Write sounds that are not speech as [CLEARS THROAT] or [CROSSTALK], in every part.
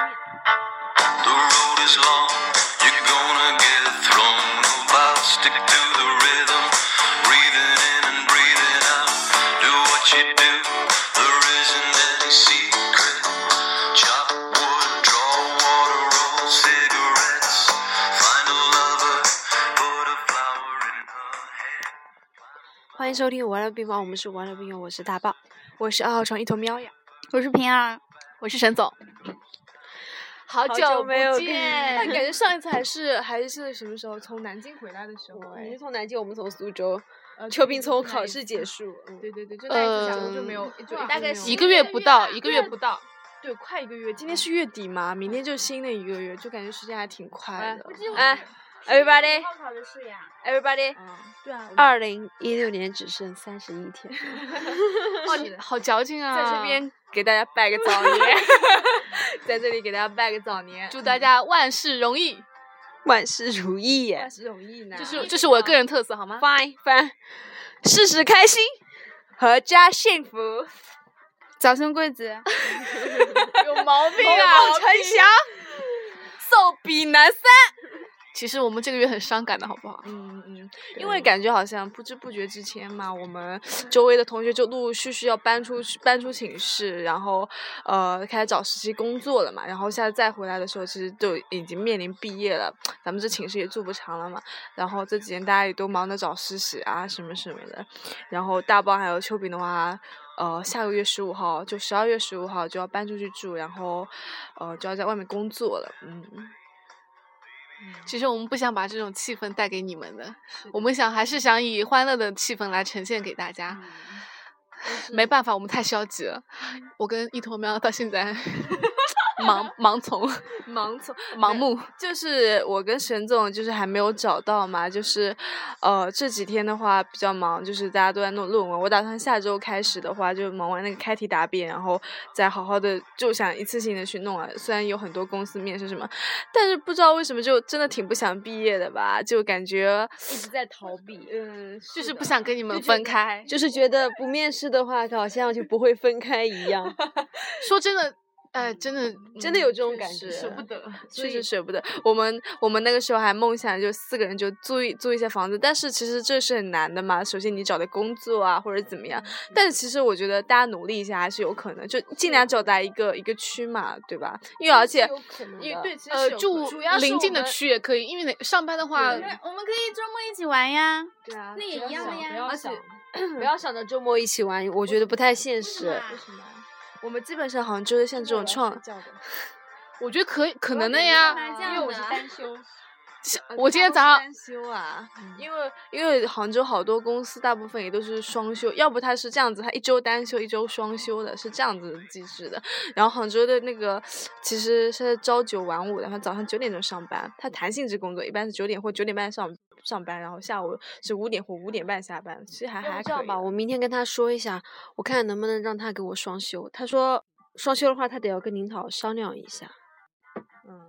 The road is long, you're gonna get thrown about. Stick to the rhythm, breathing in and breathing out. Do what you do, there isn't any secret. Chop wood, draw water, roll cigarettes. Find a lover, put a flower in her hair. 欢迎收听玩乐病房，我们是玩乐病友，我是大豹，我是二号床一头喵呀，我是平儿，我是沈总。好好久没有不跟但哎感见， [LAUGHS] 觉上一次还是还是什么时候从南京回来的时候哎，你是从南京，我们从苏州，呃邱病从就那考一试次啊结束，嗯对对对，就那一次想说就没有，嗯就大概是一个月不到，一个月不到，到。对，快一个月。今天是月底嘛，明天就是新的一个月，就感觉时间还挺快哎的我。哎，everybody 高考的事呀， everybody，嗯啊，对啊，二零一六年只剩三十一天， [LAUGHS] 哦， [LAUGHS] 你好矫情啊！在这边给大家拜个早 [LAUGHS] 年， [LAUGHS] 在这里给大家拜个早年，嗯祝大家万事容易，万事如意。万事容易呢。这是这是我个人特色，好吗？ fine fine，事事开心，阖家幸福，早生贵子，有毛病梦啊！成祥，寿比南山。其实我们这个月很伤感的，好不好？嗯嗯，因为感觉好像不知不觉之间嘛，我们周围的同学就陆陆续续要搬出去，搬出寝室，然后呃开始找实习工作了嘛，然后现在再回来的时候，其实就已经面临毕业了，咱们这寝室也住不长了嘛，然后这几年大家也都忙着找实习啊什么什么的，然后大棒还有秋饼的话。呃，下个月十五号就十二月十五号就要搬出去住，然后，呃，就要在外面工作了。嗯，其实我们不想把这种气氛带给你们的，我们想还是想以欢乐的气氛来呈现给大 [LAUGHS] 家。没办法，我们太消极了。嗯我跟一坨喵到 [LAUGHS] 现在盲盲从、忙从盲目，就是我跟沈总就是还没有找到嘛，就是，呃，这几天的话比较忙，就是大家都在弄论文。我打算下周开始的话，就忙完那个开题答辩，然后再好好的就想一次性的去弄了。虽然有很多公司面试什么，但是不知道为什么就真的挺不想毕业的吧，就感觉一直在逃避，嗯，就是不想跟你们就觉分得开。就是觉得不面试的话，好像就不会分开一样。 [LAUGHS] 嗯说真的，呃，真的真的有这种确感实觉啊舍不得。确实舍不得。我们我们那个时候还梦想就四个人就租一租一些房子，但是其实这是很难的嘛。首先你找的工作啊，或者怎么样，嗯但是其实我觉得大家努力一下还是有可能，就尽量找到一个一个区嘛，对吧？因为而且有可能因为的对其实呃，是有住主要是临我近的们区也可以，因为那上班的我，话们我们可以周末一起玩呀，对啊那也不要一样的想不要呀而想且 [CLEARS THROAT] 不要想着周末一起玩，我觉得不太现为实什。么啊我们基本上好像就是像啊这种创，我觉得可以可我能的感觉呀。麻因为将我是的单休，是呃我今天大早家上都是单休啊，因为因为杭州好多公司大部分也都是双休，要不它是这样子，它一周单休一周双休的，是这样子的机制的。然后杭州的那个其实是朝九晚五的，然后早上九点钟上班，它弹性制工作，一般是九点或九点半上上班，然后下午是五点或五点半下班，其实还要不还这可样以吧的。我明天跟他说一下，我看能不能让他给我双休。他说双休的话，他得要跟领导商量一下。嗯，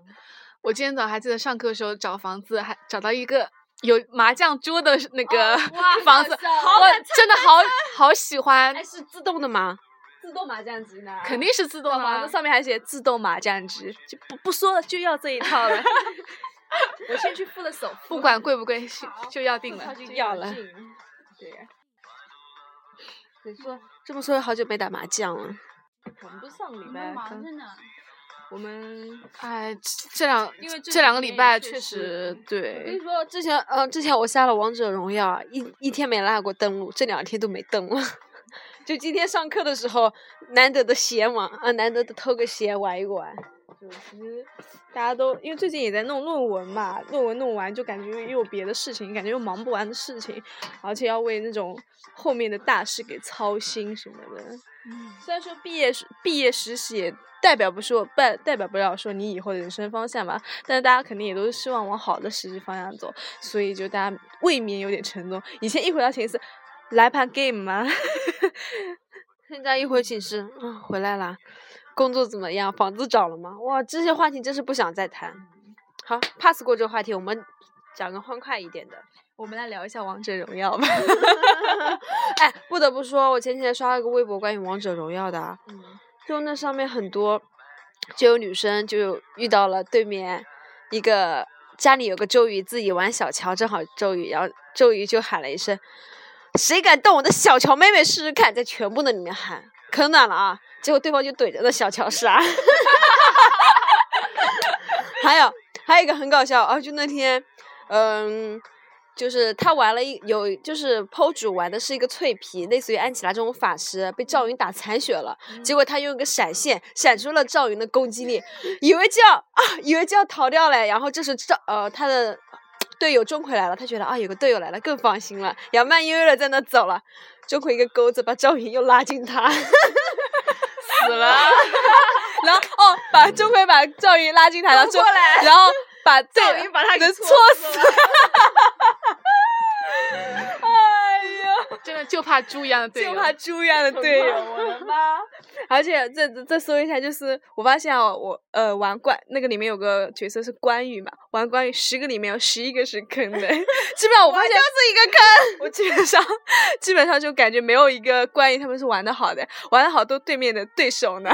我今天早上还记得上课的时候找房子，还找到一个有麻将桌的那个 [LAUGHS] 房子，我真的好好喜欢哎，，是自动的吗？自动麻将机呢肯定是自动老的房啦子。上面还写自动麻将机，就不不说了，就要这一套 [LAUGHS] 了。我先去付了首付，不管贵不贵，是就要定他了。就就要要了了。对， [LAUGHS] 你说这么说，好久没打麻将了。我们不是上个我礼们拜忙刚着呢，我们哎，这这两因为这这两个几礼年也拜确确实实我跟你对，说，之前呃，之前我下了王者荣耀啊，一一天没拉过登录，这两天都没登了。 [LAUGHS] 就今天上课的时候，难得的闲玩啊，难得的偷个闲玩一玩。就其实大家都因为最近也在弄论文嘛，论文弄完就感觉又有别的事情，感觉又忙不完的事情，而且要为那种后面的大事给操心什么的。虽然说毕业时毕业实习也代表不说代代表不了说你以后的人生方向嘛，但是大家肯定也都是希望往好的实习方向走，所以就大家未免有点沉重。以前一回到寝室，来盘 game 吗？ [LAUGHS] 现在一回寝室，嗯，回来啦。工作怎么样？房子找了吗？哇，这些话题真是不想再谈。好，pass 过这个话题，我们讲个欢快一点的。我们来聊一下王者荣耀吧。哎，不得不说，我前几天刷了个微博关于王者荣耀的啊，就那上面很多，就有女生就有遇到了对面一个家里有个周瑜，自己玩小乔，正好周瑜，然后周瑜就喊了一声：“谁敢动我的小乔妹妹试试看！”在全部的里面喊，可暖了啊！结果对方就怼着那小乔杀。 [LAUGHS] 还有还有一个很搞笑啊，就那天，嗯。就是他玩了一有，就是剖主玩的是一个脆皮，类似于安琪拉这种法师，被赵云打残血了。结果他用一个闪现闪出了赵云的攻击力，以为就要啊，以为就要逃掉嘞。然后这时赵呃他的队友钟馗来了，他觉得啊有个队友来了更放心了，然后慢悠悠的在那走了。钟馗一个钩子把赵云又拉进他，死了。 [LAUGHS] 然后哦把钟馗把赵云拉进他，然后过来，然后把队赵云把他给给戳戳死死。真的就怕猪一样的队友，就怕猪一样的队友，我的妈！ [LAUGHS] 而且再再搜一下，就是我发现啊，我呃玩关那个里面有个角色是关羽嘛，玩关羽十个里面有十一个是坑 [LAUGHS] 的，基本上我发现就是一个坑， [LAUGHS] 我基本上基本上就感觉没有一个关羽他们是玩的好的，玩的好都对面的对手呢，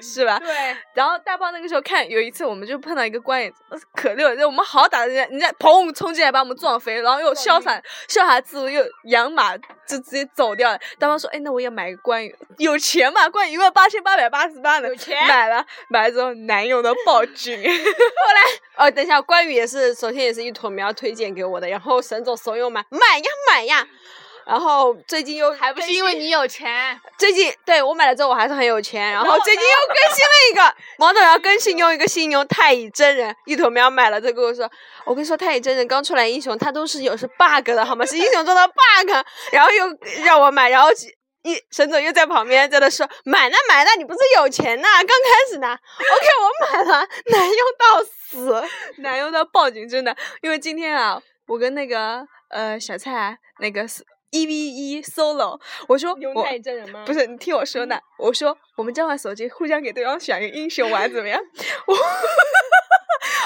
是吧？对，然后大胖那个时候看有一次我们就碰到一个关羽呃可溜了，就我们好打的人家，人家砰冲进来把我们撞飞，然后又潇洒潇洒自如又养马就直接走掉了。大胖说：“哎，那我也买个关羽，有钱嘛？关羽一万八千八百八十八呢，有钱买了买了之后难用到暴 [LAUGHS] 君。哦，等一下，关羽也是，昨天也是一坨苗推荐给我的，然后沈总怂恿买，买呀买呀，然后最近又还不是因为你有钱，最近对我买了之后我还是很有钱，然后最近又更新了 [LAUGHS] 一个王者荣耀更新用一个新牛太乙真人，一坨苗买了，再跟我说，我跟你说太乙真人刚出来英雄，他都是有是 bug [LAUGHS] 的好吗？是英雄中的 bug，然后又让我买，然后一沈总又在旁边在那说买呢买呢，你不是有钱呐？刚开始呢，OK 我买了，难用到死。难用到报警，真的。因为今天啊，我跟那个呃小蔡啊那个一 [LAUGHS] v 一 solo，我说我太乙真人吗不是你听我说呢，我说我们交换手机，互相给对方选一个英雄玩怎么样？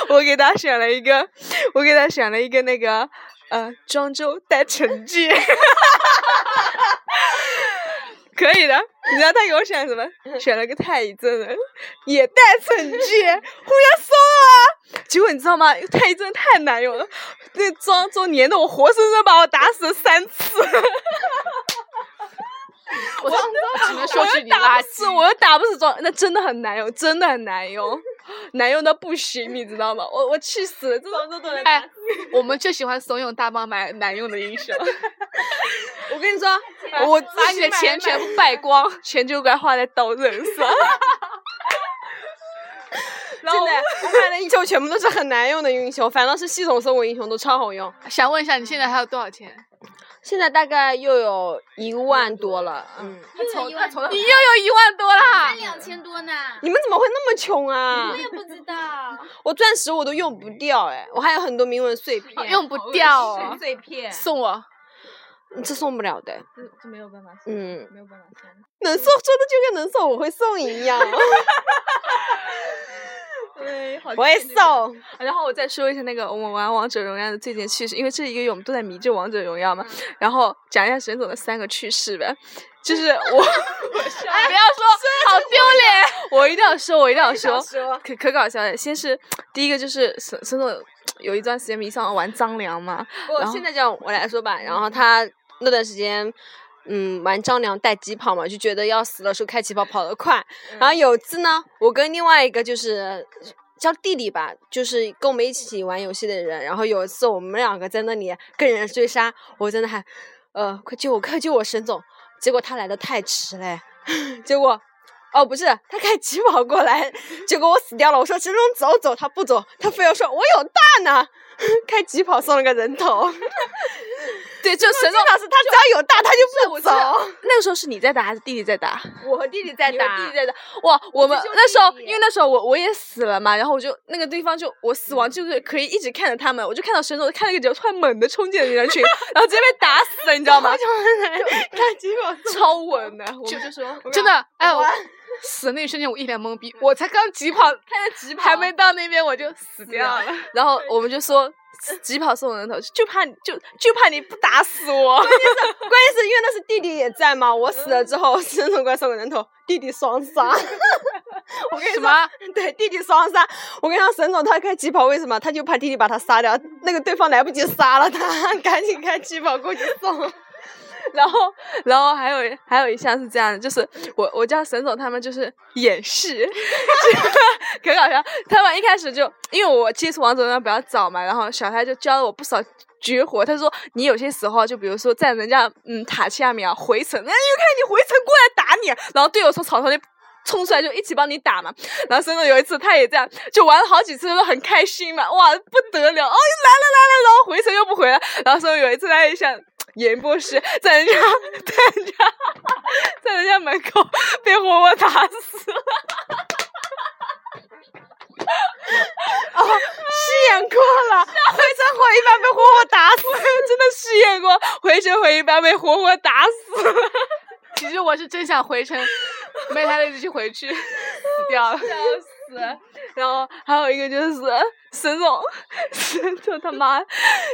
我我给他选了一个，我给他选了一个那个呃庄周带陈绩。 [LAUGHS] 可以的，你知道他给我选什么？选了个太乙真人，也带惩戒，互相搜啊！结果你知道吗？太乙真人太难用了，那庄周粘的我活生生把我打死了三 [LAUGHS] 次，我只能说我是又你打垃不死，圾。我又打不死庄，那真的很难用，真的很难用， [LAUGHS] 难用到不行，你知道吗？我我气死了，这庄周都能哎，我们就喜欢怂恿大妈买难用的英雄，我跟你说，我把你的钱全部败光。钱就该花在刀刃 [LAUGHS] 上。真的，我买的英雄全部都是很难用的英雄，反倒是系统送我英雄都超好用。想问一下，你嗯现在还有多少钱？现在大概又有一万多了，嗯，他从他从你又有一万多啦才！两千多呢，你们怎么会那么穷啊我？也不知道。 [LAUGHS] 我钻石我都用不掉哎，我还有很多铭文碎 [LAUGHS] 片，用不掉 [LAUGHS] 哦，碎片送我。这送不了的，这这没有办法，嗯，没有办法送。能送说的就跟能送我会送 [LAUGHS] 一样，对，好我会送。然后我再说一下那个我们玩王者荣耀的最近趣事，因为这一个月我们都在迷着王者荣耀嘛，然后讲一下沈总的三个趣事 [LAUGHS] 呗。就是 [LAUGHS] 我，哎不要说，好丢脸。我一定要说，我一定要说，说可可搞笑了。先是第一个就是沈沈总有一段时间迷上玩张良嘛，我现在叫我来说吧，然后他那段时间。嗯，玩张良带疾跑嘛，就觉得要死的时候开疾跑跑得快。然后有次呢，我跟另外一个就是叫弟弟吧，就是跟我们一起玩游戏的人，然后有一次我们两个在那里跟人追杀，我在那喊，呃，快救我，快救我，沈总！结果他来的太迟嘞， [LAUGHS] 结果。哦，不是，他开疾跑过来， [LAUGHS] 结果我死掉了。我说沈总走走，他不走，他非要说我有大呢， [LAUGHS] 开疾跑送了个人头。对，就沈总沈 [LAUGHS] 总老师他只要有大他就不我走记。得那个时候是你在打还是弟弟在打？我和弟弟 [LAUGHS] 在你和弟弟在打。哇，我们是兄那时候弟因为那时候我我也死了嘛，然后我就那个地方就我死亡就是可以一直看着他们，我就看到沈总看了个脚突然猛地冲进了人群，然后直接被打 [LAUGHS] 死了，你知道吗？开疾跑超稳的，我就们就说真的，哎，我死的那一瞬间，我一脸懵逼，我才刚疾跑，看着疾跑还没到那边我就死掉了。然 [LAUGHS] 后我们就说疾跑送人头，就怕你就就怕你不打死我。关键是因为那是弟弟也在嘛，我死了之嗯后，神总怪送个人头，弟弟 [LAUGHS] 双杀。我跟你什说，么？对，弟弟双杀。我跟你说，沈总他开疾跑，为什么？他就怕弟弟把他杀掉，那个对方来不及杀了他，赶紧开疾跑过去送。然后然后还有还有一项是这样的，就是我我叫沈总他们就是演 [LAUGHS] 示，可搞笑。他们一开始就因为我接触王者荣耀比较早嘛，然后小蔡就教了我不少。绝活，他说你有些时候，就比如说在人家嗯塔下面啊回城，那、哎、又看你回城过来打你，啊然后队友从草丛里冲出来就一起帮你打嘛。然后沈总有一次他也这样，就玩了好几次都很开心嘛，哇不得了哦来了来了，然后回城又不回来，然后沈总有一次他也想演播室在人家在人家在人家门口被活活打死了，哦饰演过了，回城火一般被活活打死。 [LAUGHS] 真的试验过回城回一班被活活打死了。 [LAUGHS] 其实我是真想回城，没来得及回去，死掉了。然后还有一个就是沈总， [LAUGHS] 沈总他妈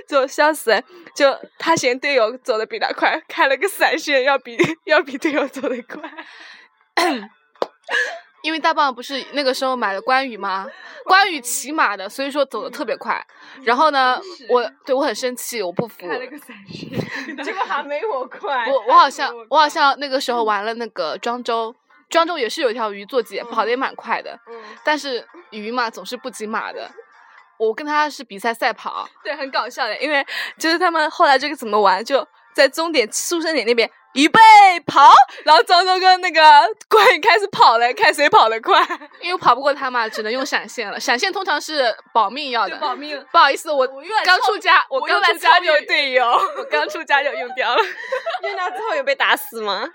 就笑死了，就他嫌队友走的比他快，开了个闪现要比要比队友走的快。因为大棒不是那个时候买了关羽吗？关羽骑马的，所以说走的特别快。嗯然后呢，我对我很生气，我不服。结果还没我快我我好像我好像那个时嗯候玩了那个庄周，庄周也是有一条鱼坐骑，跑嗯得也蛮快的，但是鱼嘛总是不及 [LAUGHS] 马的。我跟他是比赛赛跑，对，很搞笑的，因为就是他们后来这个怎么玩，就在终点出生点那边预备跑，然后庄周跟那个关羽开始跑了，看谁跑得快。因为跑不过他嘛，只能用闪现了。闪现通常是保命要的。命。不好意思，我刚出家，我我刚用来出家交就流队友，我刚出家就用掉 [LAUGHS] 了，用到之后有被打死吗？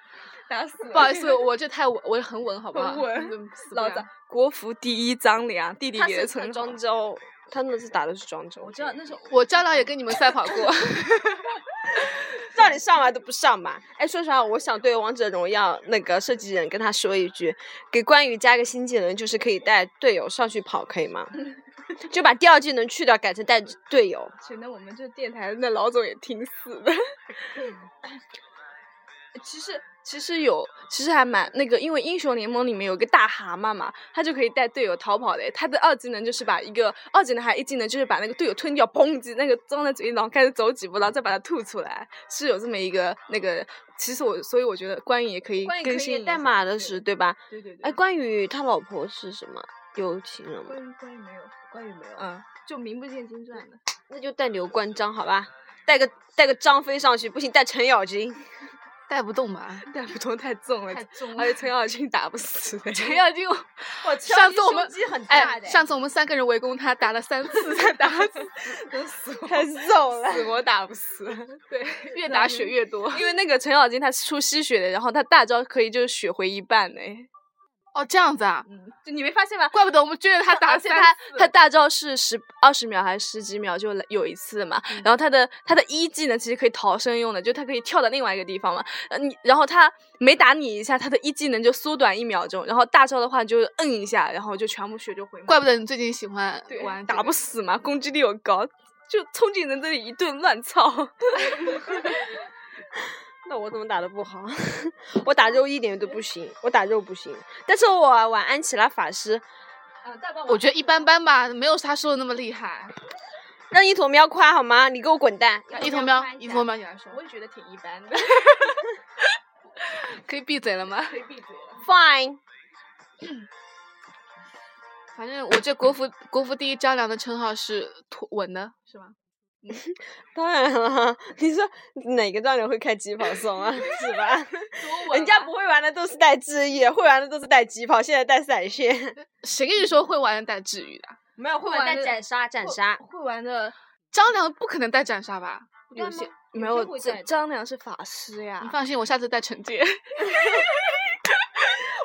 打死了不好意思，我这太稳，我很稳，好不好？很稳嗯，死不老了张，国服第一张良，弟弟他也是成长从庄周，他那次打的是庄周。我知道，我张良也跟你们赛跑过。让你 [LAUGHS] 上来都不上吧？哎，说实话，我想对王者荣耀那个设计人跟他说一句，给关羽加个新技能，就是可以带队友上去跑，可以吗？ [LAUGHS] 就把第二技能去掉，改成带队友。显得我们这电台那老总也挺死的。 [LAUGHS] 其实其实有，其实还蛮那个，因为英雄联盟里面有个大蛤蟆嘛，他就可以带队友逃跑的。他的二技能就是把一个二技能还一技能就是把那个队友吞掉，砰叽那个装在嘴里，然后开始走几步，然后再把它吐出来，是有这么一个那个。其实我所以我觉得关羽也可以关羽可更新以一带下马的时，对吧？对对对，哎，关羽他老婆是什么？有情人吗？关于关于没有，关于没有，嗯。就名不见经 [LAUGHS] 传的。那就带刘关张，好吧？带个带个张飞上去，不行带程咬金。带不动吧？带不动太重了，重而哎且程咬金打不死。程咬金， [LAUGHS] 上次我们哎，上次我们三个人围攻他，打了三次才打死，太瘦了。死活打不 [LAUGHS] 死， [LAUGHS] 越打血越多。因为那个程咬金他是出吸血的，然后他大招可以就是血回一半呢。哦，这样子啊，嗯就你没发现吗？怪不得我们追着他打 [LAUGHS] 而死且他他大招是十二十秒还是十几秒就来有一次嘛，然后他的他的一技能其实可以逃生用的，就他可以跳到另外一个地方嘛。呃，你然后他每打你一下，他的一技能就缩短一秒钟，然后大招的话就摁一下，然后就全部血就回满。怪不得你最近喜欢对玩这打个不死嘛，攻击力又高，就冲进人这里一顿乱操。那我怎么打的不好？啊 [LAUGHS] 我打肉一点都不行，我打肉不行。但是我玩安琪拉法师，我觉得一般般吧，没有他说的那么厉害。让一坨喵夸好吗？你给我滚蛋！一头喵，一头喵，你来说，我也觉得挺一般 [LAUGHS] 的。可以闭嘴了吗？ [LAUGHS] Fine，反正我这国服国服第一张良的称号是图稳的，是吧？当然了，你说哪个战友会开疾跑送 [LAUGHS] 啊？是吧？人家不会玩的都是带智野，会玩的都是带疾跑，现在带闪现，谁跟你说会玩带治愈的？没有会玩的杀，斩杀。会玩的张良不可能带斩杀吧？有吗些有些没有会这带张良是法师你呀，放心，我下次带惩 [LAUGHS] 戒。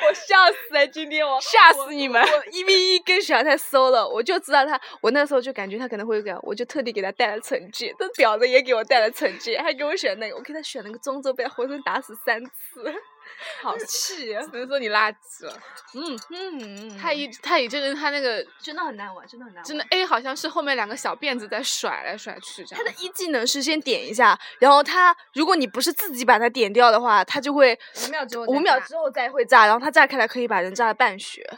我笑死了！今天我吓死你们！我一 v 一跟小太搜了，我就知道他，我那时候就感觉他可能会给，我就特地给他带了惩戒，这婊子也给我带了惩戒，还给我选那个，我给他选了个庄周，被他活生打死三次。 [LAUGHS] 好气啊，只能说你垃圾了。 [LAUGHS] 嗯嗯，太乙太乙真人他那个真的很难玩，真的很难玩真的 A 好像是后面两个小辫子在甩来甩去这他样的。一技能是先点一下，然后他如果你不是自己把它点掉的话，他就会五秒之后五再秒炸之后再会炸，然后他炸开来可以把人炸得半血。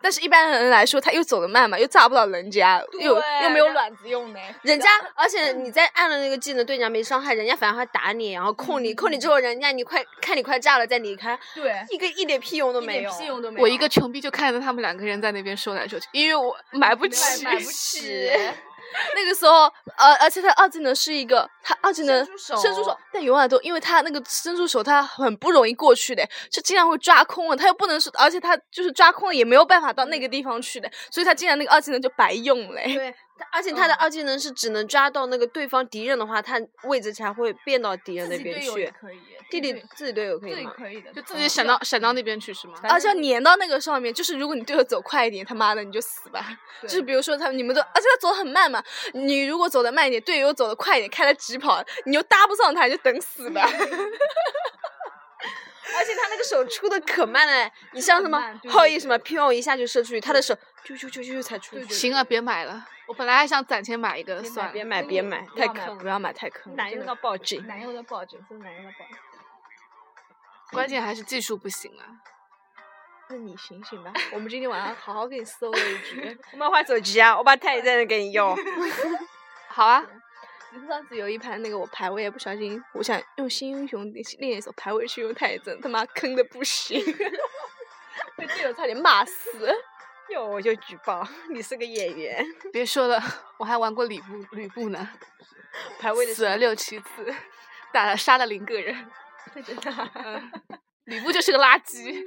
但是，一般人来说，他又走得慢嘛，又炸不到人家，又又没有啊卵子用呢。人家，而且你在按了那个技能对人家没伤害，人家反而还打你，然后控你，控你之后，人家你快看你快炸了再离开，对，一个一点屁用都没有。用都没我一个穷逼就看着他们两个人在那边说来说去，因 [LAUGHS] 为我买不起，买不起那个时候，呃，而且他二技能是一个，他二技能伸出手伸出手，但永远都因为他那个伸出手，他很不容易过去的，就经常会抓空了，他又不能说，而且他就是抓空了也没有办法到那个地方去的，所以他经常那个二技能就白用嘞。对而且他的二技能是只能抓到那个对方敌人的话，他位置才会变到敌人那边去。可以，弟弟自己队友可以对吗？可以的， [LAUGHS] 就自己闪嗯到闪到那边去是吗？而且要粘到那个上面，就是如果你队友走快一点，他妈的你就死吧。就是比如说他你们都，而且他走得很慢嘛，你如果走得慢一点，队友走得快一点，开他直跑，你又搭不上他，你就等死吧。而且他那个手出的可慢了，你像什么浩一什么 P O 一下就射出去，他的手啾啾啾啾才出去。行啊，别买了，我本来还想攒钱买一个，算别了。买别买，太坑不要买太坑了，难用到爆炸。男友的抱枕，真男人的抱枕。关键还是技术不行啊。那你醒醒吧，我们今天晚上好好给你搜了一 [LAUGHS] 局。我们换手机啊，我把太乙在那给你 [LAUGHS] 用。好啊，上次有一盘那个我排位不小心，我想用新英雄练一手排位去用太真，他妈坑的不行， [LAUGHS] 被队友差点骂 [LAUGHS] 死。有我就举报，你是个演员。别说了， [LAUGHS] 我还玩过吕布，吕布呢，排位的死了六七 [LAUGHS] 次，打了杀了零个人，嗯吕布就是个垃圾。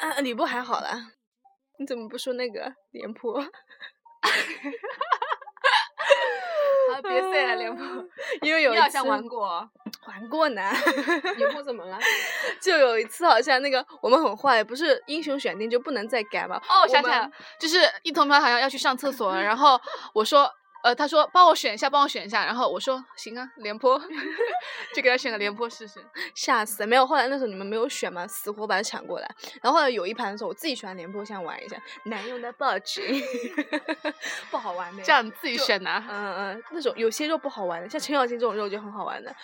啊，吕布还好啦，你怎么不说那个廉 [LAUGHS] 颇？啊，别塞了，脸谱。因为有你一好次像玩过，玩过呢，以后怎么了？就有一次好像那个我们很坏，不是英雄选定就不能再改嘛？哦，我想起们来了，就是一同喵好像要去上厕所了，然后我说，呃，他说帮我选一下，帮我选一下，然后我说行啊，廉颇， [LAUGHS] 就给他选个廉颇试试。吓死！没有，后来那时候你们没有选嘛，死活把它抢过来。然后后来有一盘的时候，我自己喜欢廉颇，想玩一下，难用的报纸， [LAUGHS] 不好玩的。这样你自己选呐、嗯嗯，那种有些肉不好玩的，像程咬金这种肉就很好玩的。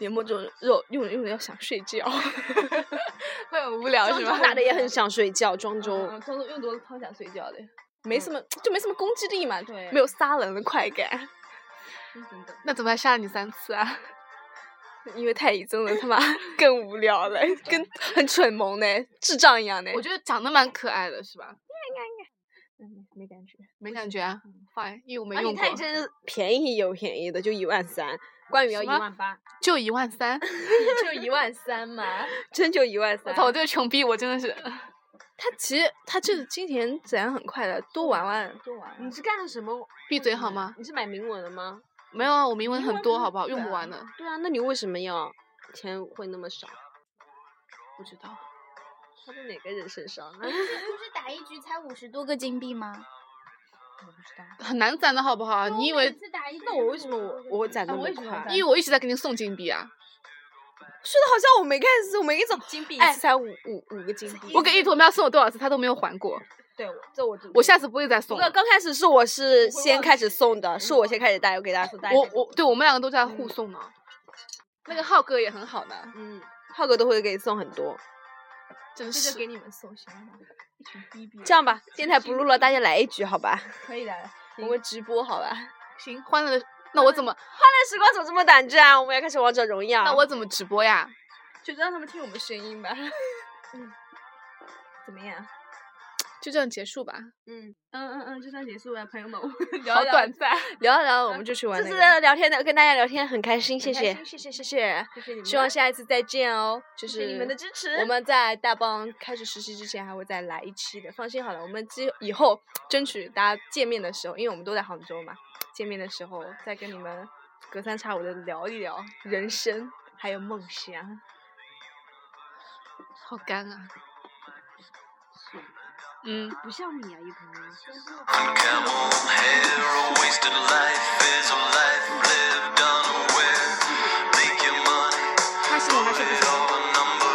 廉颇这种肉用着用着要想睡觉， [LAUGHS] 会很无聊庄是周吧？打的也很想睡觉，庄周。嗯，他说用多了超想睡觉的，嗯没什么、就没什么攻击力嘛，对没有杀人的快感，那怎么还杀了你三次啊？因为太乙真人他妈更无聊 [LAUGHS] 了，跟很蠢萌呢，智障一样呢。我觉得长得蛮可爱的，是吧？没感觉，没感觉啊，fine，因为我没而且用过太乙，真是便宜有便宜的，就一万三。关羽要一什么万八，就一万三。就一万三嘛。真就一万我三。操，我这个穷逼，我真的是。他其实他这个金钱自然很快的，多玩玩。多玩你是干了什么？闭嘴好吗？你是买铭文了吗？没有啊，我铭文很多，不好不好？用用不的完的，对啊，那你为什么要钱会那么少？不知道。花在哪个人身 [LAUGHS] 上啊呢？不是打一局才五十多个金币吗？很难攒的好不好？你以为每？次打一局那我为什么我我攒啊那么快？什么要攒因为我一直在给你送金币啊，说的好像我没看似我没走。金币哎一次才五五五个金币，我给一坨喵送了多少次，他都没有还过。对，这我我下次不会再送不过了。刚开始是我是先开始送的，是我先开始带，我给大家送大家我我对我们两个都在互送呢。嗯那个浩哥也很好呢，嗯，浩哥都会给你送很多。真这就是给你们送行了吗？一群逼逼，这样吧，电台不录了，大家来一局好吧？可以的，我们直播好吧？行欢乐的。那我怎么那时光怎么这么短暂啊？我们要开始王者荣耀。那我怎么直播呀？就让他们听我们声音吧。嗯，怎么样？就这样结束吧，嗯嗯嗯，就算结束吧，朋友 [LAUGHS] 们，我们 [LAUGHS] 聊好一聊短，暂。聊一聊，我们就去玩这那次个。的聊天的跟大家聊天很开心，谢很开心，，谢谢谢谢谢，谢谢你们希望下一次再见哦。就是你们的支持。我们在大棒开始实习之前还会再来一期的，放心好了，我们之以后争取大家见面的时候，因为我们都在杭州嘛，见面的时候再跟你们隔三差五的聊一聊人生还有梦想。好干啊。嗯， And camel hair, a wasted life is a life lived unaware. Make your money, 开心我还是 put 不 it 行。 all in number